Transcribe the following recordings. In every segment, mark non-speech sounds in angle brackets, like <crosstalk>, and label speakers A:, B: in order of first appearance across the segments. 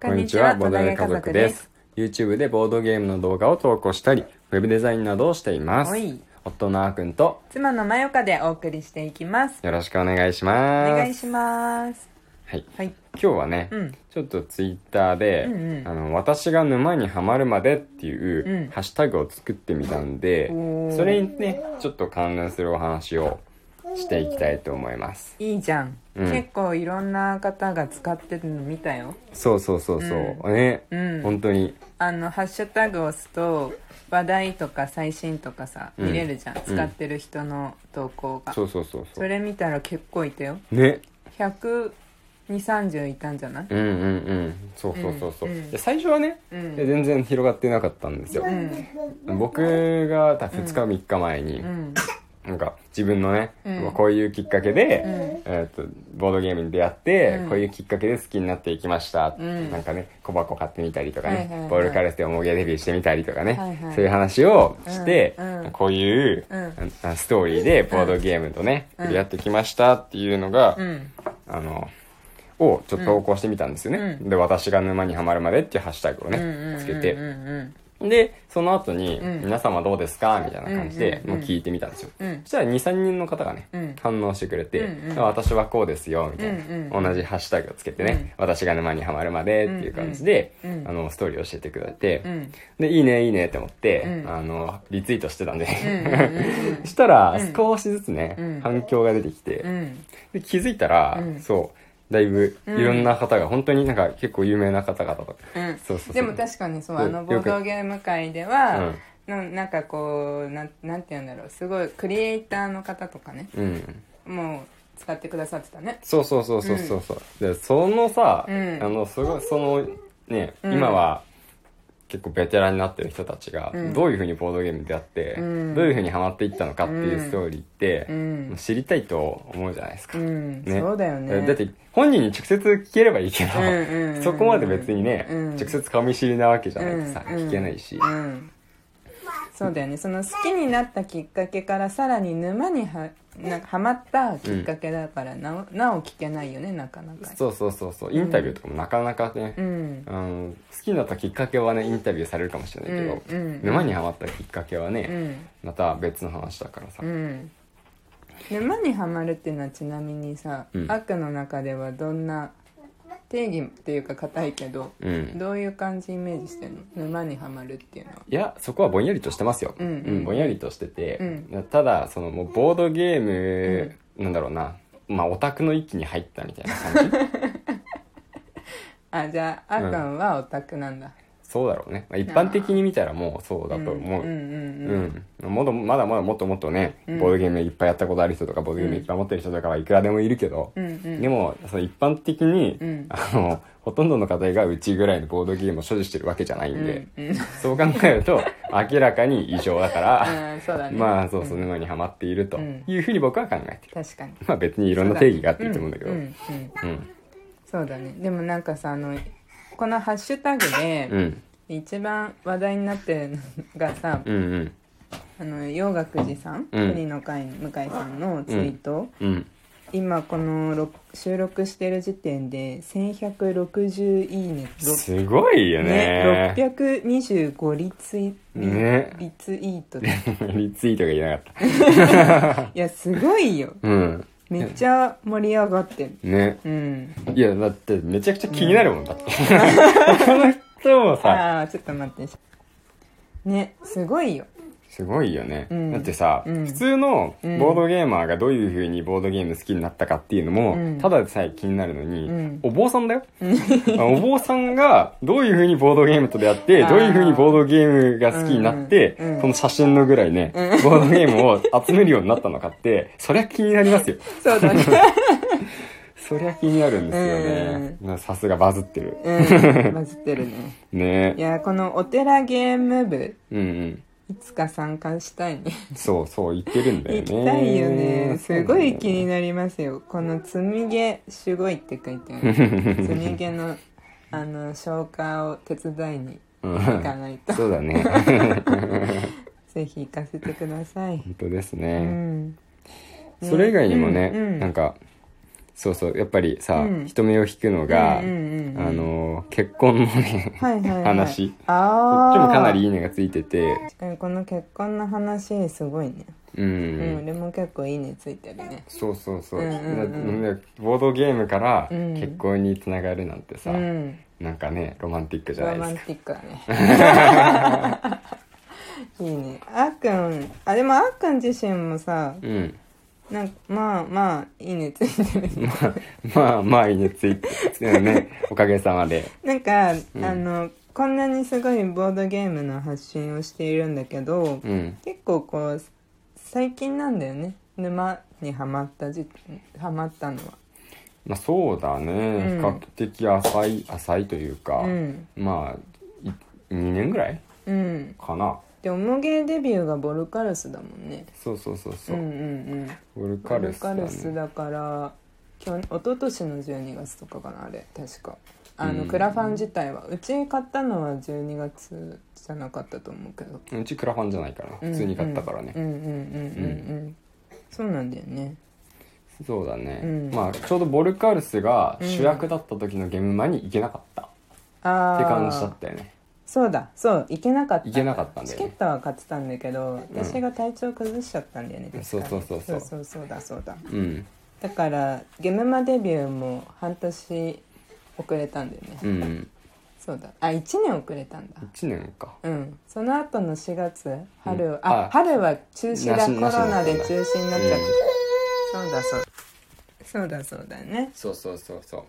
A: こんにちは、ボードゲー家族です。。
B: YouTube でボードゲームの動画を投稿したり、ウェブデザインなどをしています
A: はい。
B: 夫のあーくんと
A: 妻のまよかでお送りしていきます。
B: よろしくお願いし
A: お
B: ます。
A: 願いします。
B: はい。
A: はい。
B: 今日はね、
A: うん
B: ちょっとツイッターで、
A: うんうん
B: あの私が沼にはまるまでって
A: う
B: い
A: ん
B: うハッシュタグを作ってみたんで、
A: おー
B: それにねちょっと関連するお話をしていきたいと思います
A: いいじゃん。
B: うん
A: 結構いろんな方が使ってるの見たよ。
B: そうそうそうそう、ね、
A: うん
B: 本当に
A: あの、ハッシュタグを押すと、話題とか最新とかさ、
B: うん
A: 見れるじゃん。使ってる人の投稿が。
B: そうそうそう
A: そ
B: そう
A: れ見たら結構いたよ。
B: ね
A: 100、30いたんじゃない
B: うんうんうんそうそうそうそう、
A: うんうん
B: で最初はね、
A: うん
B: 全然広がってなかったんですよ、僕がた2日3日前に、
A: うん。
B: なんか自分のね、
A: うん
B: こういうきっかけで、
A: うん
B: えー、とボードゲームに出会って、
A: うん
B: こういうきっかけで好きになっていきました、
A: うん
B: なんかね小箱買ってみたりとかね、
A: はいはいはい
B: ボールカレスで重げデビューしてみたりとかね、
A: はいはい
B: そういう話をして、
A: うんうん
B: こういう、
A: うん
B: あストーリーでボードゲームとね、
A: うん
B: 出会ってきましたっていうのが、
A: うん。
B: あのをちょっと投稿してみたんですよね、
A: う
B: で私が沼にはまるまでっていうハッシュタグをね、
A: うんうん
B: つけ
A: う
B: て
A: んうん
B: でその後に、
A: うん
B: 皆様どうですか?」みたいな感じで、
A: うんうんうん
B: もう聞いてみたんですよ、
A: うん
B: そしたら23人の方がね、
A: うん
B: 反応してくれて、
A: うんうん
B: あ私はこうですよ」みたい
A: う
B: な、
A: んうん
B: 同じハッシュタグをつけてね、私が沼にはまるまで」っていう感じで、
A: うんうん
B: あのストーリーを教えてくれて、
A: うんうん。
B: で「いいねいいね」って思って、
A: うん
B: あのリツイートしてたんで、
A: うんうん
B: そ <laughs> したら少しずつね、
A: うん
B: 反響が出てきて、
A: うん。うん。
B: で気づいたら、
A: うん
B: そうだいぶい
A: うん
B: ろんな方が、本当になんか結構有名な方々とか、
A: うん
B: そうそうそう
A: でも確かにそう
B: そう
A: あのボードゲーム界では、ななんかこうなんなんて言うんだろうすごいクリエイターの方とかね
B: うん
A: もう使ってくださってたね
B: そうそうそうそうそうそうでそのさ、
A: うん
B: あのすごいそのね、
A: うん
B: 今は結構ベテランになってる人たちが、
A: うん
B: どういうふうにボードゲームであって、
A: うん
B: どういうふうにハマっていったのかっていうストーリーって、
A: うん、
B: 知りたいと思うじゃないですか、
A: うん
B: ね
A: そうだよね
B: だって本人に直接聞ければいいけど、
A: うんうんうん
B: そこまで別にね、
A: うん
B: 直接顔見知りなわけじゃないとさ、
A: うん
B: 聞けないし、
A: うんそうだよねその好きになったきっかけからさらに沼にはなんかハマったきっかけだから、なおなお聞けないよねなかなか
B: そうそうそうそうインタビューとかもなかなかね、
A: ん
B: あの好きになったきっかけはねインタビューされるかもしれないけど、
A: うんうん
B: 沼にハマったきっかけはね、
A: うん
B: また別の話だからさ、
A: うん沼にはまるっていうのはちなみにさ、
B: うん
A: 悪の中ではどんな定義っていうか硬いけど、
B: うん
A: どういう感じイメージしてるの沼にはまるっていうのはい
B: やそこはぼんやりとしてますよ、
A: うんうん
B: ぼんやりとしてて、
A: う
B: ただそのもうボードゲーム、なんだろうなまあオタクの域に入ったみたい
A: <laughs>
B: な感じ
A: あじゃああ
B: うん
A: くんはオタクなんだ、
B: そうだろうね、まあ、一般的に見たらもうそうだと
A: うん、う
B: 思
A: ん
B: う、
A: うんうん
B: うん、もどまだまだもっともっとね、
A: うん
B: ボードゲームいっぱいやったことある人とかボードゲームいっぱい持ってる人とかはいくらでもいるけど、
A: うんうん
B: でもその一般的に、
A: うん
B: あのほとんどの方がうちぐらいのボードゲームを所持してるわけじゃないんで、
A: うんうん
B: そう考えると明らかに異常だから、
A: うん <laughs> そうだね
B: まあそうそううん沼にはまっていると
A: うん
B: いうふうに僕は考えてる、
A: 確かにい
B: まあ別にいろんな定義があっていいと思うんだけど
A: う
B: うん
A: うんんそうだねでもなんかさあのこのハッシュタグ
B: うんう
A: で
B: ん
A: 一番話題になってるのがさ、
B: うん
A: あの洋楽寺さん、
B: うん
A: 国の会の向井さんのツイート、
B: うん
A: 今この録収録してる時点で1160いいね
B: すごいよね
A: ね625リツイリ,、
B: ね
A: リツイートで
B: <laughs> リツイートが言えなかっ
A: いやすごいよ
B: たうん
A: めっちゃ盛り上がってる
B: ね
A: うん
B: いやだってめちゃくちゃ気になるもんだってこの人もさ
A: <laughs> ああちょっと待ってねすごいよ
B: すごいよね、
A: うん
B: だってさ、
A: うん
B: 普通のボ
A: ん
B: ードゲーマーがどういうふうにボードゲーム好きになったかっていうのも、
A: うん
B: ただでさえ気になるのに、
A: うん
B: お坊さんだよあお坊さんがどういうふうにボードゲームと出会って
A: あー
B: どういうふうにボードゲームが好きになって、
A: うんうん
B: この写真のぐらいね、ボードゲームを集めるようになったのかってそりゃ気になりますよ
A: そうだね、
B: そりゃ気になるんですよね、まあさすがバズってる
A: うん、バズってるね
B: ね
A: いやこのお寺ゲーム部
B: うんうん
A: いつか参加したいね
B: そうそう言ってるんだよね
A: 行きたいよね
B: そうな
A: す
B: ん
A: ご
B: だよね
A: い気になりますよこの「積み毛すごい」って書いてあ
B: <laughs>
A: る積み毛のあの消化を手伝いに
B: うん
A: 行かないと
B: そうだね
A: ぜひ行かせてください
B: 本当です
A: う
B: ね、
A: ん
B: それ以外にもね、
A: うんうん
B: なんかそうそうやっぱりさ、
A: うん
B: 人目を引くのが、
A: うんうんうんうん
B: あの結婚のね、
A: はいはい、はい、
B: 話こ
A: ああ
B: っちもかなりいいねがついてて
A: うんこの結婚の話すごいね
B: うん、
A: うん、俺も結構いいねついてるね
B: そうそうそう,
A: う
B: だ、
A: んうん
B: だボードゲームから
A: うん
B: 結婚につながるなんてさ、
A: うん
B: なんかねロマンティックじゃな
A: ロ
B: いで
A: マ
B: す
A: ン
B: か
A: ティックだね
B: <laughs>
A: いいねあっくんあでもあっくん自身もさ
B: うん
A: なんかまあまあいいねついてるね
B: まあまあいいねついてる <laughs> ねおかげさまで
A: なんか、あのこんなにすごいボードゲームの発信をしているんだけど、
B: うん
A: 結構こう最近なんだよね沼にはまったじはまったのは
B: まあそうだね、
A: ん
B: 比較的浅い浅いというか、
A: うん
B: まあい2年ぐらい
A: うん
B: かな
A: でおもげデビューがボルカルスだもんね
B: そうそうそう
A: う
B: そ
A: ん
B: う、
A: うんうん
B: ボルカ
A: ボ
B: ル
A: ル
B: スだ
A: カルス
B: ね
A: だから去一昨年の12月とかかなあれ確かあの、
B: うん
A: クラファン自体はうち買ったのは12月じゃなかったと思うけど
B: うちクラファンじゃないから
A: うん
B: 普通に買ったからね、
A: うんうんうんうんうんそうなんだよね
B: そうだね、
A: うん
B: まあちょうどボルカルスが主役だった時の現場に行けなかった
A: ああ
B: って感じだったよね、
A: そうだそう行けなかった
B: 行けなかったんだ
A: チ
B: よ
A: ケ
B: ね
A: ットは買ってたんだけど
B: ん
A: 私が体調崩しちゃったんだよね、確か
B: そうそうそう
A: そ
B: そうう
A: そうそうだそうだ
B: うん
A: だからゲムマデビューも半年遅れたんだよね、
B: うん
A: そうだあ一1年遅れたんだ
B: 1年か
A: うんその後の4月春は、
B: うん
A: あ
B: あ
A: 春は中止だコ
B: なしなし
A: ロナで
B: なし
A: 中止になっちゃっ
B: うん
A: た、そうだそうだそうだそうだね
B: そうそうそうそ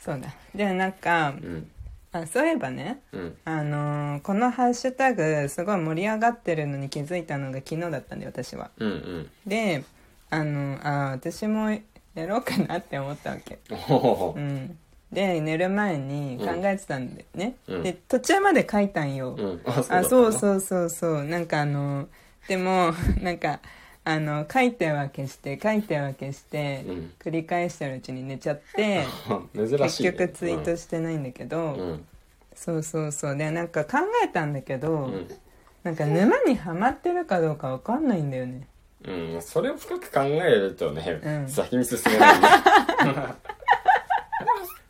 A: そうだでなんか
B: ううん
A: あそういえばね
B: うん
A: あのーこのハッシュタグすごい盛り上がってるのに気づいたのが昨日だったんで私は
B: うんうん
A: であのあー私もやろうかなって思ったわけ、
B: お <laughs> お
A: うん、で寝る前に考えてたんだよね、
B: うん
A: で途中まで書いたんよ、
B: んあ
A: あそう
B: う
A: そうそうそうなんかあのでも <laughs> なんかあの書いては消して書いては消して、
B: うん <laughs>
A: 繰り返してるうちに寝ちゃって
B: 珍しい、ね、
A: 結局ツイートしてないんだけど、
B: うん
A: そうそうそうでなんか考えたんだけど、
B: うん、
A: なんか沼にはまってるかどうかわかんないんだよね
B: うんうん、それを深く考えるとね、
A: うん
B: 先に進めな
A: <laughs>
B: いね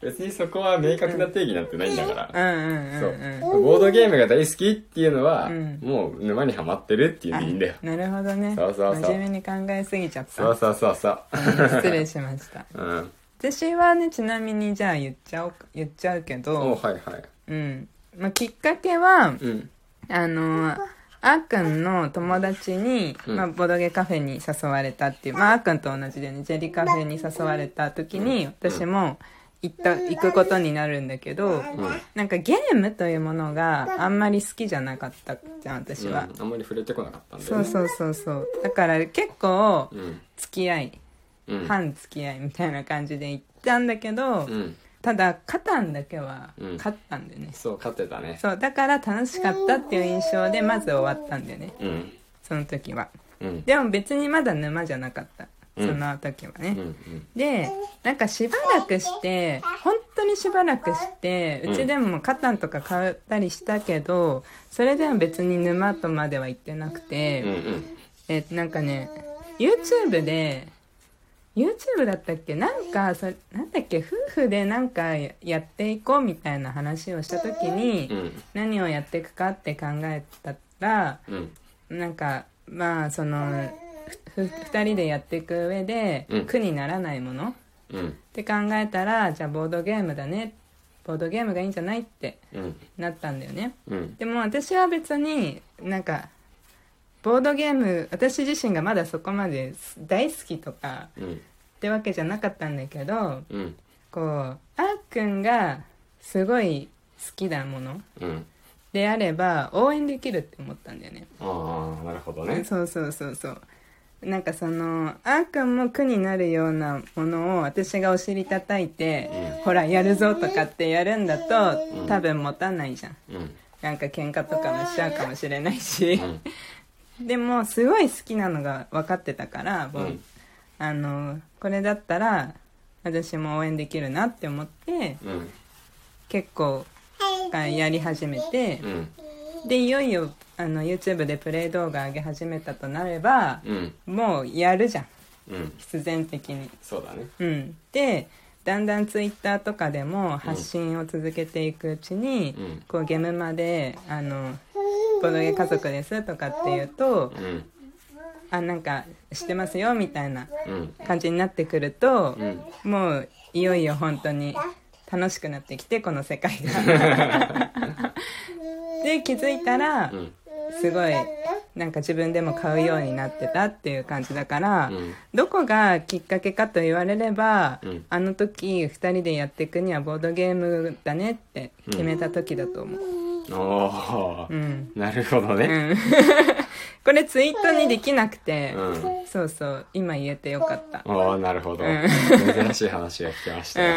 B: 別にそこは明確な定義なんてないんだから、
A: うんうんうん
B: そう
A: うん
B: うボードゲームが大好きっていうのは、
A: うん
B: もう沼にはまってるっていうのでいいんだよ。
A: なるほどね
B: そうそうそう
A: 真面目に考えすぎちゃっ
B: そう
A: た
B: そうそうそう。
A: 失礼しま
B: <laughs>
A: した
B: うん。
A: 私はねちなみにじゃあ言っちゃおうか言っちゃうけ
B: お
A: ど、
B: はいはい。
A: うんまあ、きっかけは
B: うん。
A: あのあーくんの友達に、
B: うん
A: まあ、ボドゲカフェに誘われたっていう、まあ、あーくんと同じでねジェリカフェに誘われた時に私も行った行くことになるんだけど、なんかゲームというものがあんまり好きじゃなかったじゃん私は、
B: うんあんまり触れてこなかったんだよ
A: そう
B: ね。
A: そうそうそうだから結構
B: うん。
A: 付き合い、
B: うん。
A: 半付き合いみたいな感じで行ったんだけど、
B: うん。
A: ただカタンだけは
B: うん
A: 勝ったんだよね、
B: そう、勝てたね。
A: そうだから楽しかったっていう印象でまず終わったんだよね
B: うん。
A: その時は
B: うん。
A: でも別にまだ沼じゃなかった
B: うん
A: その時はね、
B: うん。うん。
A: でなんかしばらくして本当にしばらくして
B: うん
A: うちでもカタンとか買ったりしたけど、それでも別に沼とまでは行ってなくて、
B: うん。うん。
A: えなんかね YouTube で YouTube だったっけなんかそなんだっけ夫婦でなんかややっていこうみたいな話をした時に、
B: うん。
A: 何をやっていくかって考えたら
B: うん。
A: なんかまあそのふふ2人でやっていく上で、
B: うん
A: 苦にならないものっ
B: うん。
A: て考えたらじゃあボードゲームだねボードゲームがいいんじゃないって
B: うん。
A: なったんだよね
B: うん。
A: でも私は別になんかボードゲーム私自身がまだそこまで大好きとか
B: うん。
A: ってわけじゃなかったんだけど
B: うん。
A: こうあーくんがすごい好きなもの
B: うん。
A: であれば応援できるって思ったんだよね
B: ああ、なるほどね。
A: そうそうそうそうなんかそのあーくんも苦になるようなものを私がお尻叩いて、ほらやるぞとかってやるんだと、多分持たないじゃん
B: うん。
A: なんか喧嘩とかもしちゃうかもしれないし、
B: ん
A: でもすごい好きなのが分かってたから、もう
B: うん
A: あのこれだったら私も応援できるなって思って
B: うん。
A: 結構あやり始めて
B: う、ん。
A: でいよいよあの YouTube でプレイ動画上げ始めたとなれば、
B: うん。
A: もうやるじゃん
B: うん
A: 必然的に。
B: そうだね
A: うん、でだんだんツイッターとかでも発信を続けていくうちに、
B: うん
A: こうゲムまで「あのボドゲ家族です」とかっていうと
B: うん
A: 「あなんか知ってますよ」みたいな
B: うん
A: 感じになってくると
B: う、ん
A: もういよいよ本当に楽しくなってきてこの世界が。
B: <laughs>
A: で気づいたら、
B: うん
A: すごいなんか自分でも買うようになってたっていう感じだから、
B: うん
A: どこがきっかけかと言われれば、
B: うん
A: あの時2人でやっていくにはボードゲームだねって決めた時だと思う、
B: お
A: う
B: ー
A: ん
B: なるほど
A: う
B: ね
A: ん、これツイートにできなくて、
B: うん
A: そうそう今言えてよかった
B: おーなるほど
A: うん
B: 珍しい話が聞けましたよ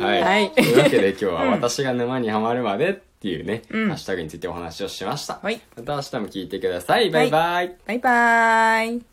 B: はい、
A: はい
B: というわけで今日は「私が沼にはまるまで」っていうね、
A: うん
B: ハッシュタグについてお話をしました、
A: はい
B: また明日も聞いてくださいバイバイ、
A: バイバーイ